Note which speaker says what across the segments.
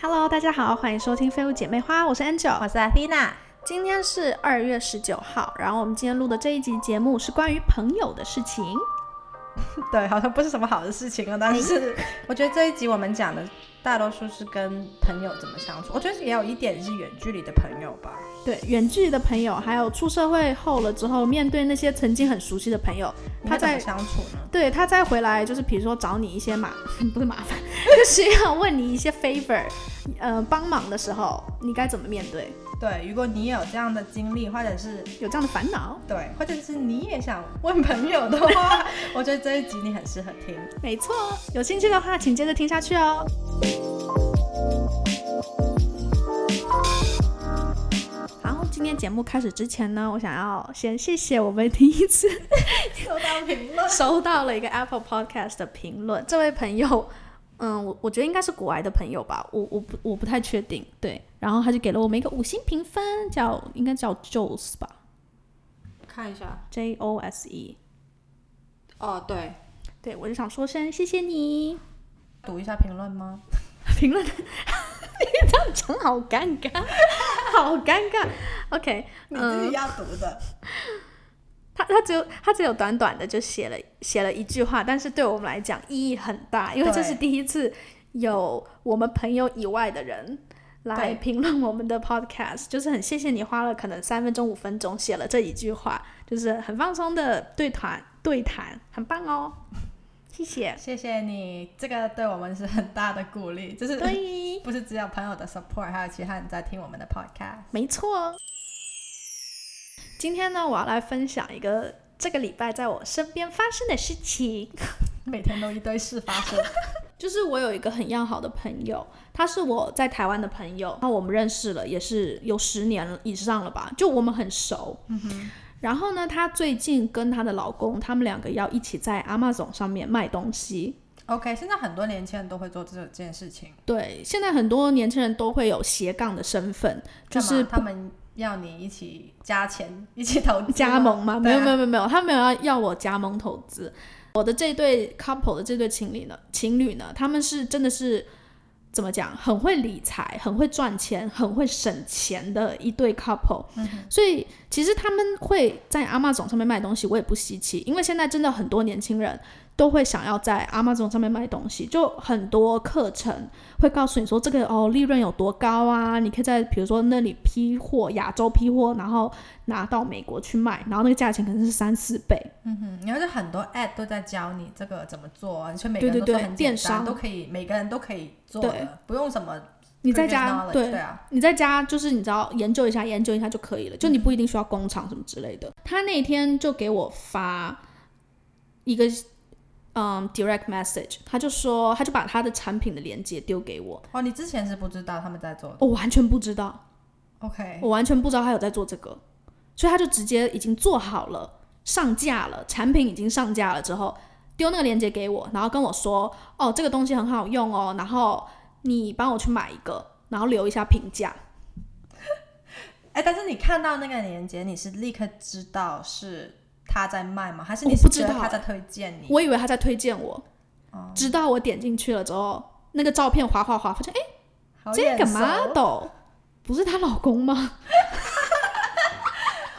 Speaker 1: Hello，大家好，欢迎收听《废物姐妹花》，我是 Angel，
Speaker 2: 我是 Athena。
Speaker 1: 今天是二月十九号，然后我们今天录的这一集节目是关于朋友的事情。
Speaker 2: 对，好像不是什么好的事情啊，但是我觉得这一集我们讲的大多数是跟朋友怎么相处，我觉得也有一点是远距离的朋友吧。
Speaker 1: 对，远距离的朋友，还有出社会后了之后，面对那些曾经很熟悉的朋友，
Speaker 2: 你
Speaker 1: 他
Speaker 2: 们怎
Speaker 1: 在
Speaker 2: 么相处呢？
Speaker 1: 对他再回来，就是比如说找你一些麻， 不是麻烦，就是要问你一些 favor，呃，帮忙的时候，你该怎么面对？
Speaker 2: 对，如果你也有这样的经历，或者是
Speaker 1: 有这样的烦恼？
Speaker 2: 对，或者是你也想问朋友的话， 我觉得这一集你很适合听。
Speaker 1: 没错，哦有兴趣的话，请接着听下去哦。好，今天节目开始之前呢，我想要先谢谢我们第一次
Speaker 2: 收到评论，
Speaker 1: 收到了一个 Apple Podcast 的评论，这位朋友，嗯，我我觉得应该是国外的朋友吧，我我不我不太确定，对，然后他就给了我们一个五星评分，叫应该叫 Jose 吧
Speaker 2: 看一下。
Speaker 1: ，J O S E，
Speaker 2: 哦，对，
Speaker 1: 对我就想说声谢谢你，
Speaker 2: 读一下评论吗？
Speaker 1: 评论，你 这样讲好尴尬，好尴尬。OK，
Speaker 2: 你自己要读的。
Speaker 1: 他他只有他只有短短的就写了写了一句话，但是对我们来讲意义很大，因为这
Speaker 2: 对
Speaker 1: 是第一次有我们朋友以外的人来
Speaker 2: 对
Speaker 1: 评论我们的 podcast，就是很谢谢你花了可能三分钟五分钟写了这一句话，就是很放松的对谈对谈，很棒哦，谢谢。
Speaker 2: 谢谢你，这个对我们是很大的鼓励，就是
Speaker 1: 对，
Speaker 2: 不是只有朋友的 support，还有其他人在听我们的 podcast。
Speaker 1: 没错。今天呢，我要来分享一个这个礼拜在我身边发生的事情。
Speaker 2: 每天都一堆事发生。
Speaker 1: 就是我有一个很要好的朋友，他是我在台湾的朋友，然后我们认识了也是有十年以上了吧，就我们很熟。然后呢，她最近跟她的老公，他们两个要一起在 Amazon 上面卖东西。
Speaker 2: OK，现在很多年轻人都会做这件事情，
Speaker 1: 对，现在很多年轻人都会有斜杠的身份，就
Speaker 2: 干嘛
Speaker 1: 是
Speaker 2: 他们要你一起加钱， 一起投资
Speaker 1: 加盟吗？没有没
Speaker 2: 有。
Speaker 1: 有没有没有，他没有要要我加盟投资。我的这对 couple 的这对情侣呢，情侣呢，他们是真的是怎么讲，很会理财，很会赚钱，很会省钱的一对 couple。所以其实他们会在 Amazon 上面卖东西，我也不稀奇，因为现在真的很多年轻人都会想要在 Amazon 上面卖东西，就很多课程会告诉你说这个哦利润有多高啊，你可以在比如说那里批货，亚洲批货，然后拿到美国去卖，然后那个价钱可能是三四倍。
Speaker 2: 嗯哼，然后就很多 ad 都在教你这个怎么做啊，所以每个
Speaker 1: 对对
Speaker 2: 人都
Speaker 1: 对
Speaker 2: 说很
Speaker 1: 电
Speaker 2: 简
Speaker 1: 商
Speaker 2: 单，都可以，每个人都可以做
Speaker 1: 对
Speaker 2: 的，不用什么。
Speaker 1: 你在家
Speaker 2: knowledge,
Speaker 1: 对
Speaker 2: 对啊，
Speaker 1: 你在家就是你知道研究一下研究一下就可以了，就你不一定需要工厂什么之类的。他那天就给我发一个嗯 direct message，他就说他就把他的产品的链接丢给我，哦
Speaker 2: 哦，你之前是不知道他们在做的
Speaker 1: 我完全不知道，
Speaker 2: ，OK，
Speaker 1: 我完全不知道他有在做这个，所以他就直接已经做好了，上架了，产品已经上架了之后，丢那个链接给我，然后跟我说哦这个东西很好用哦，然后你帮我去买一个，然后留一下评价。
Speaker 2: 哎，但是你看到那个链接，你是立刻知道是他在卖吗？还是你
Speaker 1: 我
Speaker 2: 是
Speaker 1: 不知
Speaker 2: 觉得
Speaker 1: 道
Speaker 2: 他在推荐你？
Speaker 1: 我以为他在推荐我，直到我点进去了之后，那个照片滑滑滑，发现哎，
Speaker 2: 好
Speaker 1: 这
Speaker 2: 眼
Speaker 1: 个
Speaker 2: 熟
Speaker 1: model 不是她老公吗？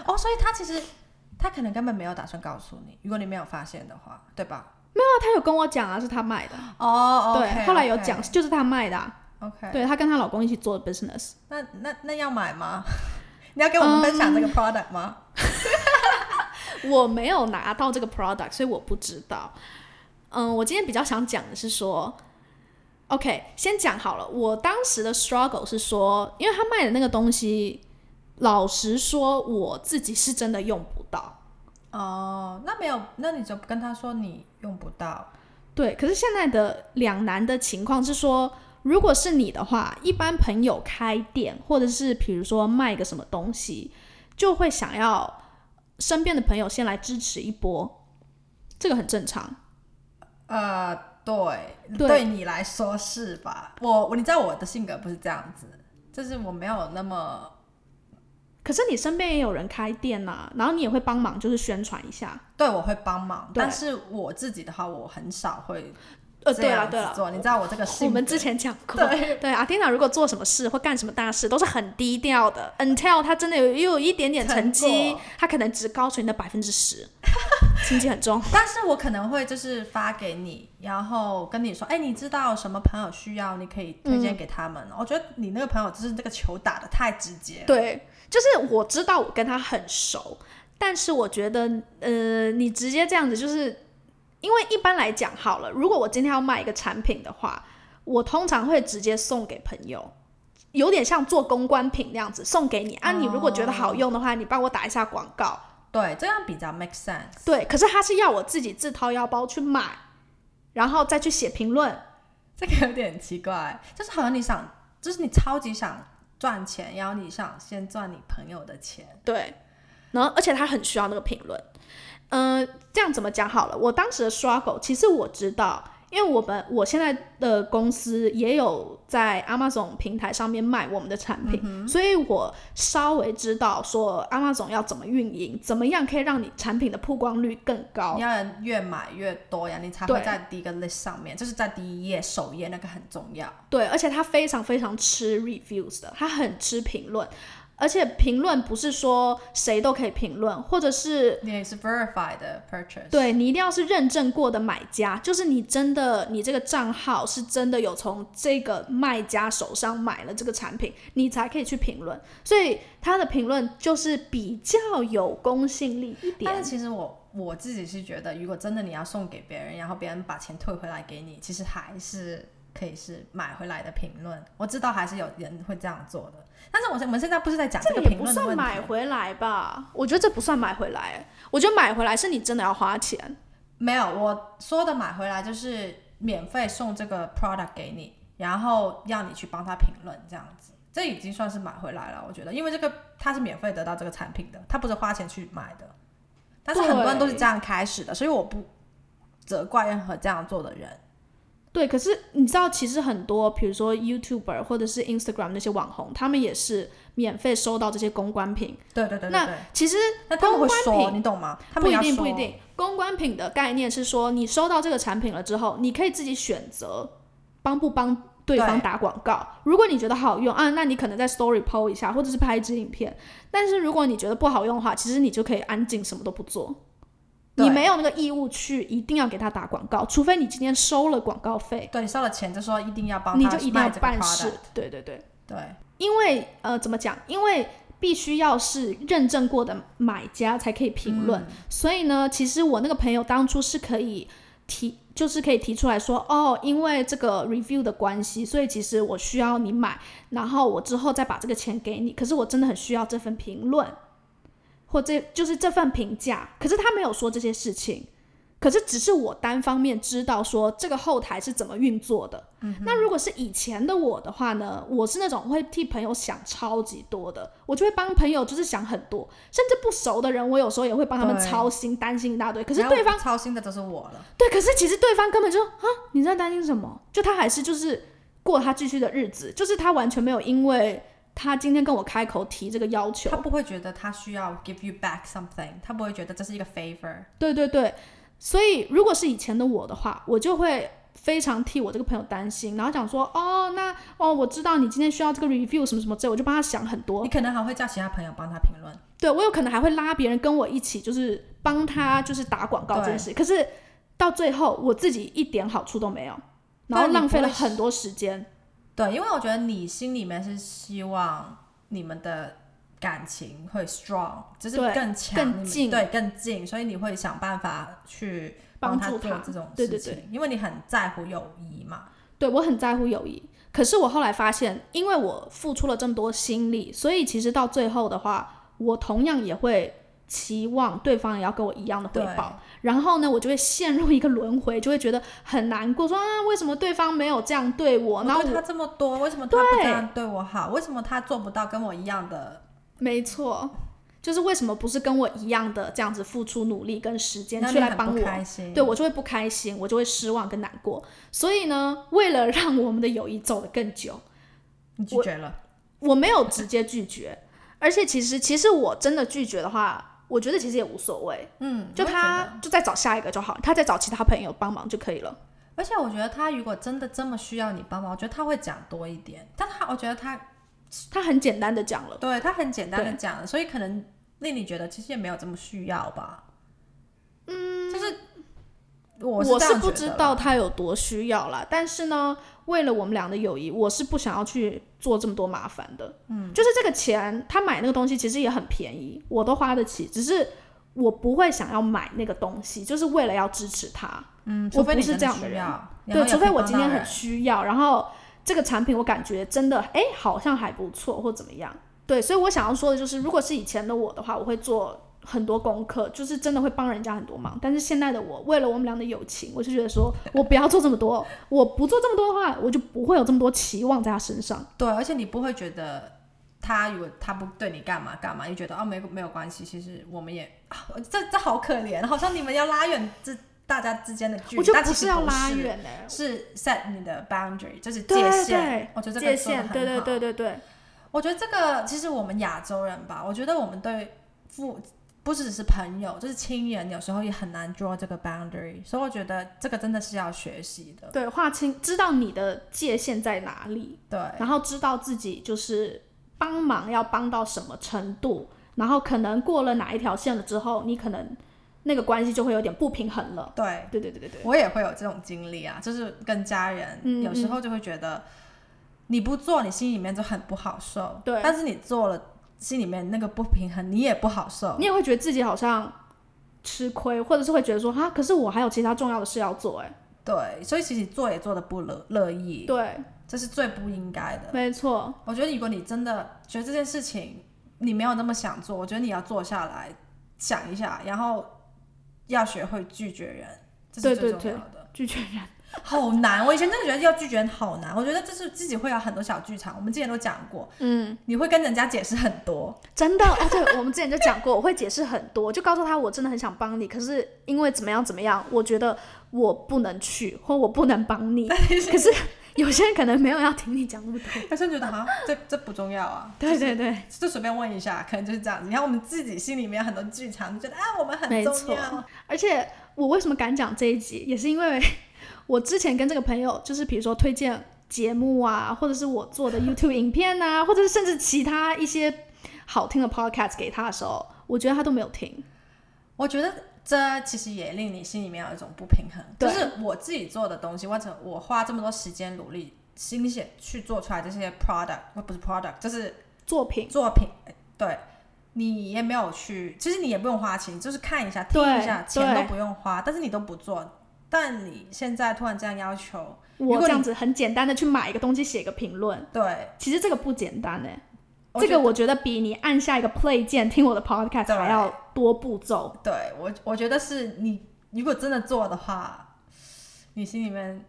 Speaker 2: 哦，所以他其实他可能根本没有打算告诉你，如果你没有发现的话，对吧？
Speaker 1: 那他有跟我讲啊，是他卖的。
Speaker 2: 哦
Speaker 1: 对，后来有讲就是他卖的、啊，
Speaker 2: ，OK，
Speaker 1: 对她跟她老公一起做的 business。
Speaker 2: 那那那要买吗？ 你要给我们分享这个 product 吗？
Speaker 1: 我没有拿到这个 product，所以我不知道。嗯，我今天比较想讲的是说，OK，先讲好了。我当时的 struggle 是说，因为他卖的那个东西，老实说，我自己是真的用不到。
Speaker 2: 哦，那没有，那你就跟他说你用不到。
Speaker 1: 对，可是现在的两难的情况是说，如果是你的话，一般朋友开店或者是比如说卖个什么东西，就会想要身边的朋友先来支持一波，这个很正常。
Speaker 2: 呃，对，
Speaker 1: 对
Speaker 2: 你来说是吧？我我你知道我的性格不是这样子，就是我没有那么
Speaker 1: 可是你身边也有人开店呐、然后你也会帮忙，就是宣传一下。
Speaker 2: 对我会帮忙，
Speaker 1: 对
Speaker 2: 但是我自己的话，我很少会
Speaker 1: 呃，
Speaker 2: 这
Speaker 1: 对了
Speaker 2: 样
Speaker 1: 对
Speaker 2: 子
Speaker 1: 了，
Speaker 2: 做，你知啊道我这个性
Speaker 1: 我们
Speaker 2: 格
Speaker 1: 之前讲过，
Speaker 2: 对
Speaker 1: 对，阿天娜如果做什么事或干什么大事，都是很低调的。Until 她真的有又有一点点成
Speaker 2: 成
Speaker 1: 绩
Speaker 2: 果，
Speaker 1: 她可能只高出你的百分之 十，心机很重。
Speaker 2: 但是我可能会就是发给你，然后跟你说，哎，你知道什么朋友需要，你可以推荐给他们。
Speaker 1: 嗯
Speaker 2: 我觉得你那个朋友就是那个球打的太直接，
Speaker 1: 对，就是我知道我跟他很熟，但是我觉得，呃，你直接这样子，就是因为一般来讲好了，如果我今天要卖一个产品的话，我通常会直接送给朋友。有点像做公关品那样子送给你啊，你如果觉得好用的话，你帮我打一下广告。
Speaker 2: 对，这样比较啊 make sense。
Speaker 1: 对，可是他是要我自己自掏腰包去买，然后再去写评论。
Speaker 2: 这个有点奇怪，就是好像你想，就是你超级想赚钱，然后你想先赚你朋友的钱，
Speaker 1: 对，然后而且他很需要那个评论。嗯、这样怎么讲好了？我当时的刷狗，其实我知道，因为我们我现在的公司也有在 Amazon 平台上面卖我们的产品，所以我稍微知道说 Amazon 要怎么运营，怎么样可以让你产品的曝光率更高
Speaker 2: 你。要人越买越多，然后你才会
Speaker 1: 对
Speaker 2: 在第一个 list 上面，就是在第一页首页那个很重要。
Speaker 1: 对，而且他非常非常吃 reviews 的，他很吃评论，而且评论不是说谁都可以评论，或者是
Speaker 2: 你也是 verified 的 purchase，，
Speaker 1: 对你一定要是认证过的买家，就是你真的，你这个账号是真的有从这个卖家手上买了这个产品，你才可以去评论。所以他的评论就是比较有公信力一
Speaker 2: 但
Speaker 1: 点。
Speaker 2: 是其实我我自己是觉得，如果真的你要送给别人，然后别人把钱退回来给你，其实还是可以是买回来的评论。我知道还是有人会这样做的，但是我现我们现在不是在讲
Speaker 1: 这
Speaker 2: 个
Speaker 1: 也
Speaker 2: 评
Speaker 1: 不
Speaker 2: 论的
Speaker 1: 算
Speaker 2: 问
Speaker 1: 买
Speaker 2: 题，
Speaker 1: 回来吧？我觉得这不算买回来，我觉得买回来是你真的要花钱。
Speaker 2: 没有我说的买回来就是免费送这个 product 给你，然后让你去帮他评论这样子。这已经算是买回来了，我觉得，因为这个他是免费得到这个产品的，他不是花钱去买的。但是很多人都是
Speaker 1: 对
Speaker 2: 这样开始的，所以我不责怪任何这样做的人。
Speaker 1: 对，可是你知道，其实很多，比如说 YouTuber 或者是 Instagram 那些网红，他们也是免费收到这些公关品。
Speaker 2: 对对对对
Speaker 1: 那
Speaker 2: 对。
Speaker 1: 其实
Speaker 2: 那他们会
Speaker 1: 公
Speaker 2: 说，
Speaker 1: 关
Speaker 2: 你懂吗？他
Speaker 1: 不
Speaker 2: 们
Speaker 1: 一
Speaker 2: 要
Speaker 1: 定，
Speaker 2: 说
Speaker 1: 不一。定。公关品的概念是说，你收到这个产品了之后，你可以自己选择帮不帮对方
Speaker 2: 对
Speaker 1: 打广告。如果你觉得好用啊，那你可能在 Story PO 一下，或者是拍一支影片。但是如果你觉得不好用的话，其实你就可以安静，什么都不做。
Speaker 2: 对
Speaker 1: 你没有那个义务去一定要给他打广告，除非你今天收了广告费，
Speaker 2: 对你收了钱就说一定要帮
Speaker 1: 你
Speaker 2: 他
Speaker 1: 就一定
Speaker 2: 卖
Speaker 1: 要
Speaker 2: 这个
Speaker 1: 办
Speaker 2: product
Speaker 1: 事。对对对。
Speaker 2: 对，嗯
Speaker 1: 因为呃，怎么讲？因为必须要是认证过的买家才可以评
Speaker 2: 嗯
Speaker 1: 论，所以呢，其实我那个朋友当初是可以提，就是可以提出来说，哦，因为这个 review 的关系，所以其实我需要你买，然后我之后再把这个钱给你。可是我真的很需要这份评论，或这就是这份评价。可是他没有说这些事情。可是只是我单方面知道说这个后台是怎么运作的，
Speaker 2: 嗯
Speaker 1: 那如果是以前的我的话呢，我是那种会替朋友想超级多的，我就会帮朋友就是想很多，甚至不熟的人，我有时候也会帮他们
Speaker 2: 对
Speaker 1: 操心、担心一大堆。可是
Speaker 2: 然后
Speaker 1: 对方
Speaker 2: 操心的都是我了。
Speaker 1: 对，可是其实对方根本就啊，你在担心什么？就他还是就是过他继续的日子，就是他完全没有因为他今天跟我开口提这个要求
Speaker 2: 他，不会觉得他需要 give you back something，他不会觉得这是一个 favor。
Speaker 1: 对对对，所以如果是以前的我的话，我就会非常替我这个朋友担心，然后讲说，哦，那哦，我知道你今天需要这个 review 什么什么之类，我就帮他想很多
Speaker 2: 你。可能还会叫其他朋友帮他评论。
Speaker 1: 对我有可能还会拉别人跟我一起，就是帮他就是打广告这件事。可是到最后，我自己一点好处都没有，然后
Speaker 2: 但你
Speaker 1: 浪费
Speaker 2: 不
Speaker 1: 了
Speaker 2: 会
Speaker 1: 很多时间。
Speaker 2: 对，因为我觉得你心里面是希望你们的感情会 strong，就是
Speaker 1: 对
Speaker 2: 更强、
Speaker 1: 更
Speaker 2: 你们
Speaker 1: 近
Speaker 2: 对，更近，所以你会想办法去帮
Speaker 1: 帮助
Speaker 2: 做
Speaker 1: 他
Speaker 2: 这种
Speaker 1: 对
Speaker 2: 事
Speaker 1: 对
Speaker 2: 情，因为你很在乎友谊嘛。
Speaker 1: 对我很在乎友谊。可是我后来发现，因为我付出了这么多心力，所以其实到最后的话，我同样也会期望对方也要给我一样的回
Speaker 2: 对，
Speaker 1: 报。然后呢，我就会陷入一个轮回，就会觉得很难过，说啊，为什么对方没有这样对我？然后
Speaker 2: 我哦对他
Speaker 1: 我，
Speaker 2: 这么多，为什么他不
Speaker 1: 对
Speaker 2: 这样对我好？为什么他做不到跟我一样的？
Speaker 1: 没错，就是为什么不是跟我一样的这样子付出努力跟时间
Speaker 2: 那
Speaker 1: 去
Speaker 2: 你
Speaker 1: 来
Speaker 2: 很
Speaker 1: 帮
Speaker 2: 不
Speaker 1: 我？
Speaker 2: 开心。
Speaker 1: 对我就会不开心，我就会失望跟难过。所以呢，为了让我们的友谊走得更久，
Speaker 2: 你拒绝了。
Speaker 1: 我没有直接拒绝，而且其实其实我真的拒绝的话，我觉得其实也无所谓，
Speaker 2: 嗯，
Speaker 1: 就
Speaker 2: 我也觉得
Speaker 1: 他就再找下一个就好，他再找其他朋友帮忙就可以了。
Speaker 2: 而且我觉得他如果真的这么需要你帮忙，我觉得他会讲多一点。但他，我觉得他
Speaker 1: 他很简单的讲了，
Speaker 2: 对他很简单的
Speaker 1: 对
Speaker 2: 讲，所以可能令你觉得其实也没有这么需要吧。嗯，就是我是
Speaker 1: 我
Speaker 2: 这样
Speaker 1: 不
Speaker 2: 觉
Speaker 1: 知
Speaker 2: 得啦
Speaker 1: 道他有多需要啦，但是呢，为了我们俩的友谊，我是不想要去做这么多麻烦的。嗯，就是这个钱，他买那个东西其实也很便宜，我都花得起，只是我不会想要买那个东西，就是为了要支持他。
Speaker 2: 嗯，
Speaker 1: 我
Speaker 2: 除非
Speaker 1: 不
Speaker 2: 你
Speaker 1: 是
Speaker 2: 真
Speaker 1: 这样的
Speaker 2: 需
Speaker 1: 人
Speaker 2: 要，然
Speaker 1: 对，
Speaker 2: 后也
Speaker 1: 除
Speaker 2: 可以
Speaker 1: 非我
Speaker 2: 帮
Speaker 1: 今
Speaker 2: 到
Speaker 1: 天很
Speaker 2: 人
Speaker 1: 需要，然后这个产品我感觉真的哎好像还不错或怎么样。对，所以我想要说的就是，如果是以前的我的话，我会做很多功课，就是真的会帮人家很多忙。但是现在的我，为了我们俩的友情，我就觉得说我不要做这么多，我不做这么多的话，我就不会有这么多期望在他身上。
Speaker 2: 对，而且你不会觉得他如果他不对你干嘛干嘛，就觉得哦没没有关系，其实我们也啊，这这好可怜，好像你们要拉远这大家之间的距
Speaker 1: 我
Speaker 2: 离，
Speaker 1: 就
Speaker 2: 但
Speaker 1: 不
Speaker 2: 其实
Speaker 1: 要
Speaker 2: 不
Speaker 1: 拉
Speaker 2: 是，
Speaker 1: 远哎、
Speaker 2: 是 set 你的 boundary，就是
Speaker 1: 对
Speaker 2: 界
Speaker 1: 对
Speaker 2: 限。我觉得这
Speaker 1: 界
Speaker 2: 个说得
Speaker 1: 限，
Speaker 2: 很
Speaker 1: 对对
Speaker 2: 好
Speaker 1: 对对对，
Speaker 2: 我觉得这个其实我们亚洲人吧，我觉得我们对父不只是朋友，就是亲人，有时候也很难 draw 这个 boundary，所以我觉得这个真的是要学习的。
Speaker 1: 对划清，知道你的界限在哪里，
Speaker 2: 对，
Speaker 1: 然后知道自己就是帮忙要帮到什么程度，然后可能过了哪一条线了之后，你可能那个关系就会有点不平衡了。
Speaker 2: 对，
Speaker 1: 对对对对对，
Speaker 2: 我也会有这种经历啊，就是跟家人，
Speaker 1: 嗯
Speaker 2: 有时候就会觉得你不做，你心里面就很不好受。
Speaker 1: 对
Speaker 2: 但是你做了，心里面那个不平衡，你也不好受
Speaker 1: 你。也会觉得自己好像吃亏，或者是会觉得说啊，可是我还有其他重要的事要做、哎，
Speaker 2: 对，所以其实做也做的不乐乐意，
Speaker 1: 对，
Speaker 2: 这是最不应该的。
Speaker 1: 没错，
Speaker 2: 我觉得如果你真的觉得这件事情你没有那么想做，我觉得你要坐下来想一下，然后要学会拒绝人，这是
Speaker 1: 对
Speaker 2: 最
Speaker 1: 对
Speaker 2: 重要的。
Speaker 1: 拒绝人。
Speaker 2: 好难，我以前真的觉得要拒绝人好难。我觉得这是自己会有很多小剧场，我们之前都讲过，
Speaker 1: 嗯，
Speaker 2: 你会跟人家解释很 多，
Speaker 1: 真的哦，对，我们之前就讲过，我会解释很多，就告诉他我真的很想帮你，可是因为怎么样怎么样，我觉得我不能去，或我不能帮 你。可是有些人可能没有要听你讲那么多。
Speaker 2: 但是觉 得好像这这不重要啊，
Speaker 1: 对对对，
Speaker 2: 就随便问一下，可能就是这样子。你看我们自己心里面很多剧场，就觉得啊我们很
Speaker 1: 没
Speaker 2: 重
Speaker 1: 错
Speaker 2: 要，
Speaker 1: 而且我为什么敢讲这一集，也是因为 我之前跟这个朋友，就是比如说推荐节目啊，或者是我做的 YouTube 影片啊，或者是甚至其他一些好听的 podcast 给他的时候，我觉得他都没有听。
Speaker 2: 我觉得。这其实也令你心里面有一种不平衡，就
Speaker 1: 对
Speaker 2: 是我自己做的东西，或者我花这么多时间努力、心血去做出来这些 product，呃不是 product，就是
Speaker 1: 作品
Speaker 2: 作品，呃对你也没有去，其实你也不用花钱，就是看一下、听
Speaker 1: 对
Speaker 2: 一下，钱
Speaker 1: 对
Speaker 2: 都不用花，但是你都不做，但你现在突然这样要求，如
Speaker 1: 我
Speaker 2: 果
Speaker 1: 这
Speaker 2: 你
Speaker 1: 样子很简单的去买一个东西写一个评论，
Speaker 2: 对，
Speaker 1: 其实这个不简单哎、
Speaker 2: 我
Speaker 1: 这
Speaker 2: 觉
Speaker 1: 个我觉得比你按下一个 play 键听我的 podcast
Speaker 2: 对
Speaker 1: 还要多步骤。
Speaker 2: 得对我我觉得是你如果真的做的话，你心里面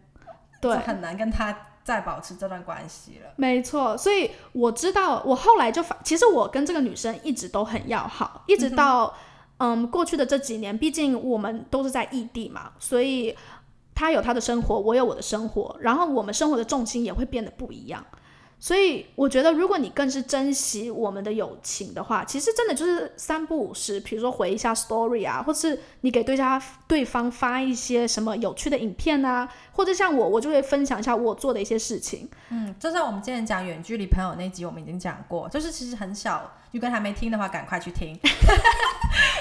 Speaker 2: 就
Speaker 1: 对，
Speaker 2: 很难跟他再保持这段关系了。
Speaker 1: 没错，所以我知道，我后来就发，其实我跟这个女生一直都很要好，一直到嗯过去的这几年，毕竟我们都是在异地嘛，所以她有她的生活，我有我的生活，然后我们生活的重心也会变得不一样。所以我觉得，如果你更是珍惜我们的友情的话，其实真的就是三不五时，比如说回一下 story 啊，或是你给对家对方发一些什么有趣的影片啊，或者像我，我就会分享一下我做的一些事情。
Speaker 2: 嗯，就像我们之前讲远距离朋友那集，我们已经讲过，就是其实很小，如果还没听的话，赶快去听。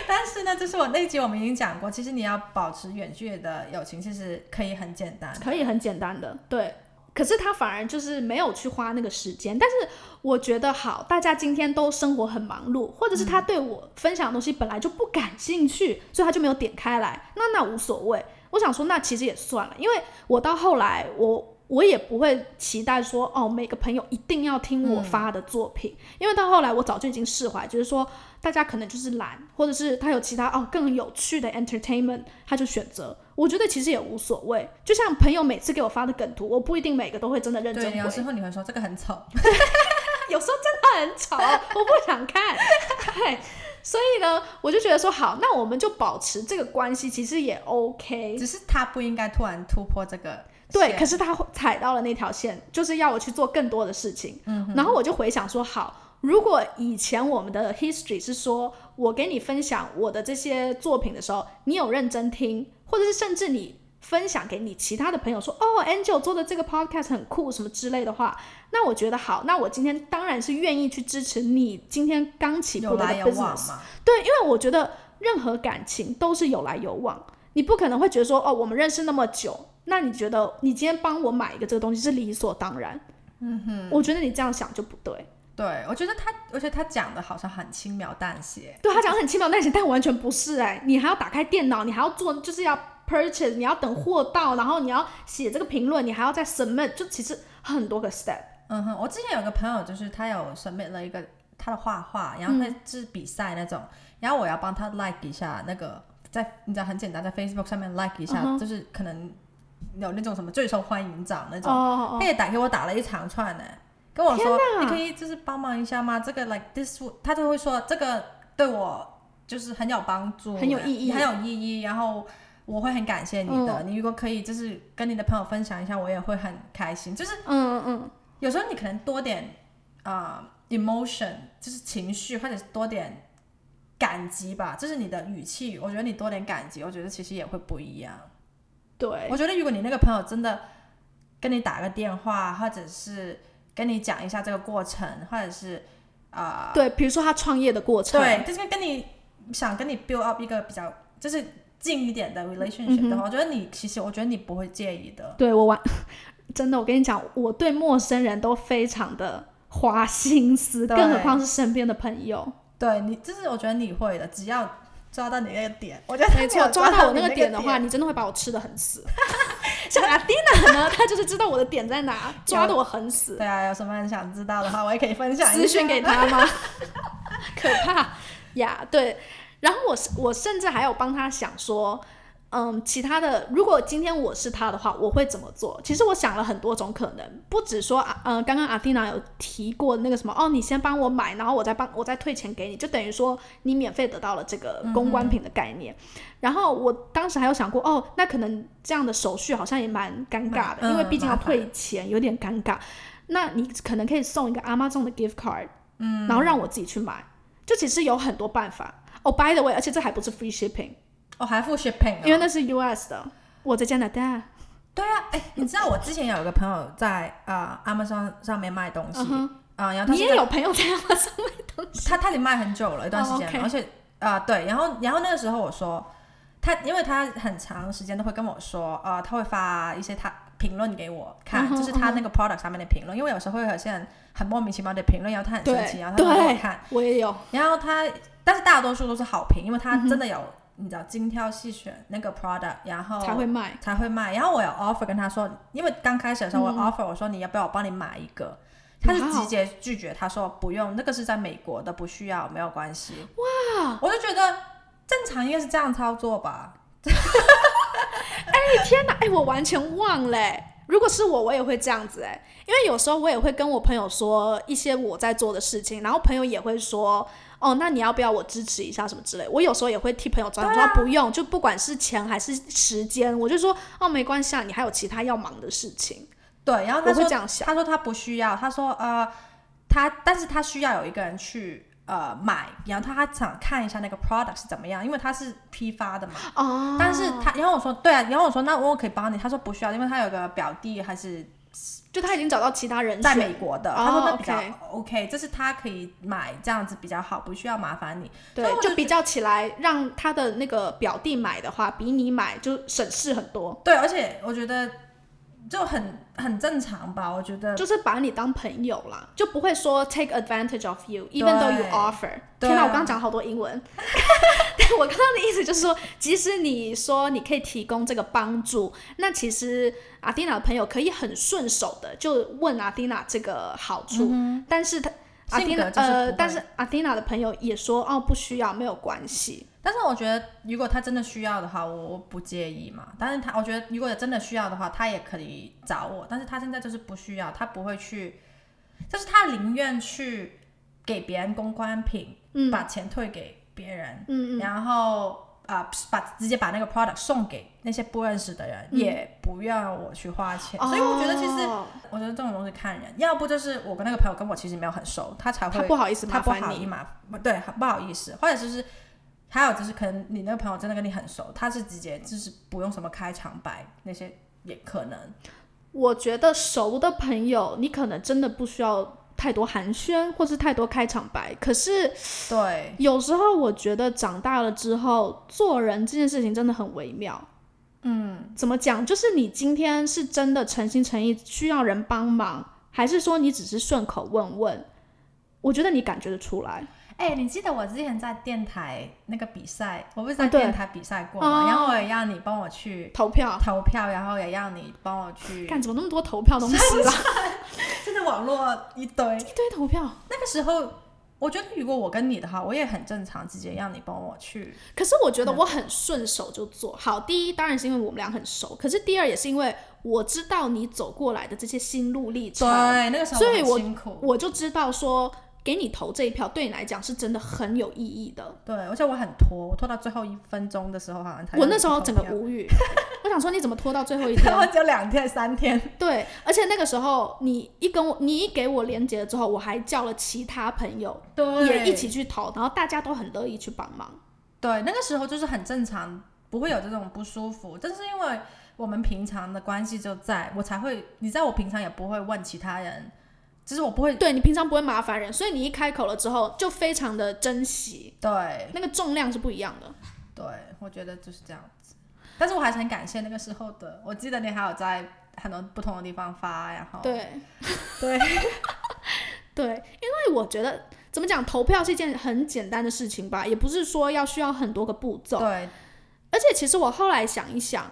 Speaker 2: 但是呢，就是我那集我们已经讲过，其实你要保持远距离的友情，其实可以很简单。
Speaker 1: 可以很简单的，对。可是他反而就是没有去花那个时间，但是我觉得好，大家今天都生活很忙碌，或者是他对我分享的东西本来就不感兴趣，所以他就没有点开来，那那无所谓。我想说，那其实也算了，因为我到后来，我我也不会期待说，哦，每个朋友一定要听我发的作品，因为到后来我早就已经释怀，就是说大家可能就是懒，或者是他有其他哦更有趣的 entertainment，他就选择。我觉得其实也无所谓，就像朋友每次给我发的梗图，我不一定每个都会真的认真
Speaker 2: 对，
Speaker 1: 回，
Speaker 2: 有时候你会说这个很丑，
Speaker 1: 有时候真的很丑，我不想看。对，所以呢，我就觉得说好，那我们就保持这个关系，其实也 OK。
Speaker 2: 只是他不应该突然突破这个
Speaker 1: 对，
Speaker 2: 线
Speaker 1: 可是他踩到了那条线，就是要我去做更多的事情。嗯，然后我就回想说，好，如果以前我们的 history 是说我给你分享我的这些作品的时候，你有认真听，或者是甚至你分享给你其他的朋友说，哦，Angel 做的这个 podcast 很酷什么之类的话，那我觉得好，那我今天当然是愿意去支持你今天刚起步
Speaker 2: 有
Speaker 1: 的
Speaker 2: 来
Speaker 1: business。
Speaker 2: 有往啊嘛，
Speaker 1: 对，因为我觉得任何感情都是有来有往，你不可能会觉得说，哦，我们认识那么久，那你觉得你今天帮我买一个这个东西是理所当然？嗯哼，我觉得你这样想就不对。
Speaker 2: 对我觉得他，而且他讲的好像很轻描淡写，
Speaker 1: 对他讲得很轻描淡写，但完全不是哎、你还要打开电脑，你还要做，就是要 purchase，你要等货到，然后你要写这个评论，你还要再 submit，就其实很多个 step。
Speaker 2: 嗯哼，我之前有个朋友，就是他有 submit 了一个他的画画，然后他是比赛那种，
Speaker 1: 嗯
Speaker 2: 然后我要帮他 like 一下那个，在你知道很简单，在 Facebook 上面 like 一下，
Speaker 1: 嗯哼
Speaker 2: 就是可能有那种什么最受欢迎奖那种，
Speaker 1: 哦
Speaker 2: 他也打给我打了一长串呢，跟我说
Speaker 1: 天哪
Speaker 2: 你可以就是帮忙一下吗？这个 like this，would- 他就会说这个对我就是很有帮助，
Speaker 1: 很有意义嗯
Speaker 2: 很有意义，然后。我会很感谢你的，你如果可以，就是跟你的朋友分享一下，我也会很开心。就是
Speaker 1: 哦，嗯嗯
Speaker 2: 有时候你可能多点啊、呃 emotion，就是情绪，或者是多点感激吧，就是你的语气。我觉得你多点感激，我觉得其实也会不一样。
Speaker 1: 嗯，对，
Speaker 2: 我觉得如果你那个朋友真的跟你打个电话，或者是跟你讲一下这个过程，或者是啊、
Speaker 1: 对，比如说他创业的过程，
Speaker 2: 对，就是跟你想跟你 build up 一个比较就是近一点的 relationship 的话，我觉得你其实我觉得你不会介意的。
Speaker 1: 对我完， 真的，我跟你讲，我对陌生人都非常的花心思，
Speaker 2: 对
Speaker 1: 更何况是身边的朋友。
Speaker 2: 对你，就是我觉得你会的，只要抓到你那个点，我觉得
Speaker 1: 没错，抓到
Speaker 2: 到
Speaker 1: 我
Speaker 2: 你
Speaker 1: 那个点的话，
Speaker 2: 点，
Speaker 1: 你真的会把我吃的很 死。像阿蒂娜呢，她就是知道我的点在哪，抓的我很死。
Speaker 2: 对啊，有什么很想知道的话，我也可以分享一下。
Speaker 1: 私讯给她吗？ 可怕呀，对。然后我是我甚至还有帮她想说，嗯，其他的，如果今天我是她的话，我会怎么做？其实我想了很多种可能，不只说啊，呃，刚刚阿蒂娜有提过那个什么，哦，你先帮我买，然后我再帮我再退钱给你，就等于说你免费得到了这个公关品的概念。然后我当时还有想过，哦，那可能这样的手续好像也蛮尴尬的，
Speaker 2: 嗯
Speaker 1: 因为毕竟要
Speaker 2: 麻烦
Speaker 1: 退钱，有点尴尬。那你可能可以送一个 Amazon 的 gift card，嗯，然后让我自己去买，就其实有很多办法。哦、b y the way，而且这还不是 free shipping，、
Speaker 2: 哦，还付 shipping，、哦、
Speaker 1: 因为那是 US 的，我在加拿大。
Speaker 2: 对啊，哎，你知道我之前有一个朋友在啊、呃、Amazon 上面卖东西
Speaker 1: 嗯
Speaker 2: 啊、
Speaker 1: 哼，
Speaker 2: 然后他
Speaker 1: 你
Speaker 2: 是
Speaker 1: 也有朋友在 Amazon 卖东西？
Speaker 2: 他他已经卖很久了一段时间
Speaker 1: 哦
Speaker 2: 了
Speaker 1: ，OK
Speaker 2: 而且啊、对，然后然后那个时候我说他，因为他很长时间都会跟我说啊、他会发一些他评论给我看
Speaker 1: 嗯哼
Speaker 2: 就是他那个 product 上面的评论，因为有时候会有些人很莫名其妙的评论，然后他很生气，
Speaker 1: 对
Speaker 2: 然后他会给我
Speaker 1: 对
Speaker 2: 看，，
Speaker 1: 我也有。
Speaker 2: 然后他，但是大多数都是好评，因为他
Speaker 1: 嗯
Speaker 2: 真的有、你知道精挑细选那个 product，然后
Speaker 1: 才会卖。
Speaker 2: 才会卖。然后我有 offer 跟他说，因为刚开始的时候我有 offer 我说你要不要我帮你买一个，他是
Speaker 1: 嗯哇哦
Speaker 2: 直接拒绝，他说不用，那个是在美国的，不需要，没有关系。
Speaker 1: 哦
Speaker 2: 哇，我就觉得正常应该是这样操作吧。
Speaker 1: 天哪，哎、我完全忘嘞、如果是我，我也会这样子哎、因为有时候我也会跟我朋友说一些我在做的事情，然后朋友也会说，哦，那你要不要我支持一下什么之类。我有时候也会替朋友着想，说、不用，就不管是钱还是时间，我就说哦，没关系啊，你还有其他要忙的事情。
Speaker 2: 对，然后
Speaker 1: 我会
Speaker 2: 他说
Speaker 1: 这样想，
Speaker 2: 他说他不需要，他说呃，他但是他需要有一个人去呃买，然后他他想看一下那个 product 是怎么样，因为他是批发的嘛。
Speaker 1: 哦，
Speaker 2: 但是他，然后我说对啊，然后我说那我可以帮你，他说不需要，因为他有个表弟还是
Speaker 1: 就他已经找到其他人
Speaker 2: 在
Speaker 1: 选
Speaker 2: 美国的，
Speaker 1: 哦
Speaker 2: 他说那比较
Speaker 1: OK
Speaker 2: OK，这是他可以买这样子比较好，不需要麻烦你。所以
Speaker 1: 对，
Speaker 2: 我
Speaker 1: 就比较起来，让他的那个表弟买的话，比你买就省事很多，
Speaker 2: 对，而且我觉得就很很正常吧，我觉得
Speaker 1: 就是把你当朋友啦，就不会说 take advantage of you，even
Speaker 2: 对
Speaker 1: though you offer。
Speaker 2: 对
Speaker 1: 天哪，我刚讲好多英 文。但我刚刚的意思就是说，即使你说你可以提供这个帮助，那其实阿蒂娜的朋友可以很顺手的就问阿蒂娜这个好处，但是他阿蒂
Speaker 2: 嗯性
Speaker 1: 娜
Speaker 2: 格就是不
Speaker 1: 呃，
Speaker 2: 会
Speaker 1: 但是阿蒂娜的朋友也说哦不需要，没有关系。
Speaker 2: 但是我觉得，如果他真的需要的话，我我不介意嘛。但是他，我觉得如果真的需要的话，他也可以找我。但是他现在就是不需要，他不会去，就是他宁愿去给别人公关品，
Speaker 1: 嗯
Speaker 2: 把钱退给别人，
Speaker 1: 嗯嗯，
Speaker 2: 然后啊、把直接把那个 product 送给那些不认识的人，
Speaker 1: 嗯
Speaker 2: 也不要我去花钱。所以我觉得其实，
Speaker 1: 哦
Speaker 2: 我觉得这种东西看人，要不就是我跟那个朋友跟我其实没有很熟，他才
Speaker 1: 他
Speaker 2: 会
Speaker 1: 不好意思
Speaker 2: 他
Speaker 1: 麻
Speaker 2: 不
Speaker 1: 烦
Speaker 2: 好
Speaker 1: 你
Speaker 2: 意。麻，对，不好意思，或者就是还有就是，可能你那个朋友真的跟你很熟，他是直接就是不用什么开场白那些也可能。
Speaker 1: 我觉得熟的朋友，你可能真的不需要太多寒暄，或是太多开场白。可是
Speaker 2: 对，
Speaker 1: 有时候我觉得长大了之后，做人这件事情真的很微妙。嗯，怎么讲？就是你今天是真的诚心诚意需要人帮忙，还是说你只是顺口问问？我觉得你感觉得出来。
Speaker 2: 哎、你记得我之前在电台那个比赛，我不是在
Speaker 1: 啊对
Speaker 2: 电台比赛过吗？
Speaker 1: 哦
Speaker 2: 然后我也让你帮我去
Speaker 1: 投票，
Speaker 2: 投票，然后也让你帮我 去，
Speaker 1: 干怎么那么多投票东西啦？
Speaker 2: 就是网络一堆。
Speaker 1: 一堆投票。
Speaker 2: 那个时候，我觉得如果我跟你的话，我也很正常，直接让你帮我去。
Speaker 1: 可是我觉得我很顺手就做好。第一，当然是因为我们俩很熟；可是第二，也是因为我知道你走过来的这些心路历程，
Speaker 2: 对，那个时候
Speaker 1: 所以
Speaker 2: 很
Speaker 1: 我
Speaker 2: 辛苦。
Speaker 1: 我就知道说给你投这一票对你来讲是真的很有意义的。
Speaker 2: 对，而且我很拖，我拖到最后一分钟的时候，好像才
Speaker 1: 我
Speaker 2: 让
Speaker 1: 那
Speaker 2: 你
Speaker 1: 时候
Speaker 2: 投
Speaker 1: 整个
Speaker 2: 票
Speaker 1: 无语， 我想说你怎么拖到最后一
Speaker 2: 然后
Speaker 1: 天？
Speaker 2: 就两天三天，
Speaker 1: 对，而且那个时候你一跟我，你一给我连接了之后，我还叫了其他朋友
Speaker 2: 对
Speaker 1: 也一起去投，然后大家都很乐意去帮忙。
Speaker 2: 对，那个时候就是很正常，不会有这种不舒服。但是因为我们平常的关系就在，我才会，你知道，我平常也不会问其他人，就是我不会
Speaker 1: 对你平常不会麻烦人，所以你一开口了之后就非常的珍惜，
Speaker 2: 对
Speaker 1: 那个重量是不一样的。
Speaker 2: 对，我觉得就是这样子。但是我还是很感谢那个时候的，我记得你还有在很多不同的地方发，然后
Speaker 1: 对
Speaker 2: 对
Speaker 1: 对，因为我觉得怎么讲，投票是一件很简单的事情吧，也不是说要需要很多个步骤。
Speaker 2: 对
Speaker 1: 而且其实我后来想一想，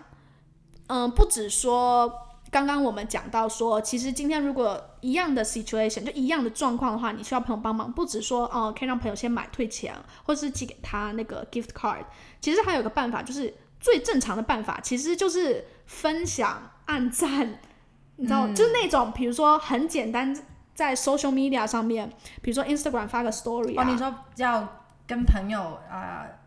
Speaker 1: 嗯，不止说刚刚我们讲到说，其实今天如果一样的 situation 就一样的状况的话，你需要朋友帮忙，不止说哦、呃可以让朋友先买退钱，或是寄给他那个 gift card，其实还有个办法，就是最正常的办法，其实就是分享、按赞，你知
Speaker 2: 嗯
Speaker 1: 道，就是那种比如说很简单。在 social media 上面，比如说 Instagram 发个 story
Speaker 2: 哦，
Speaker 1: 啊，
Speaker 2: 你说要跟朋友啊、呃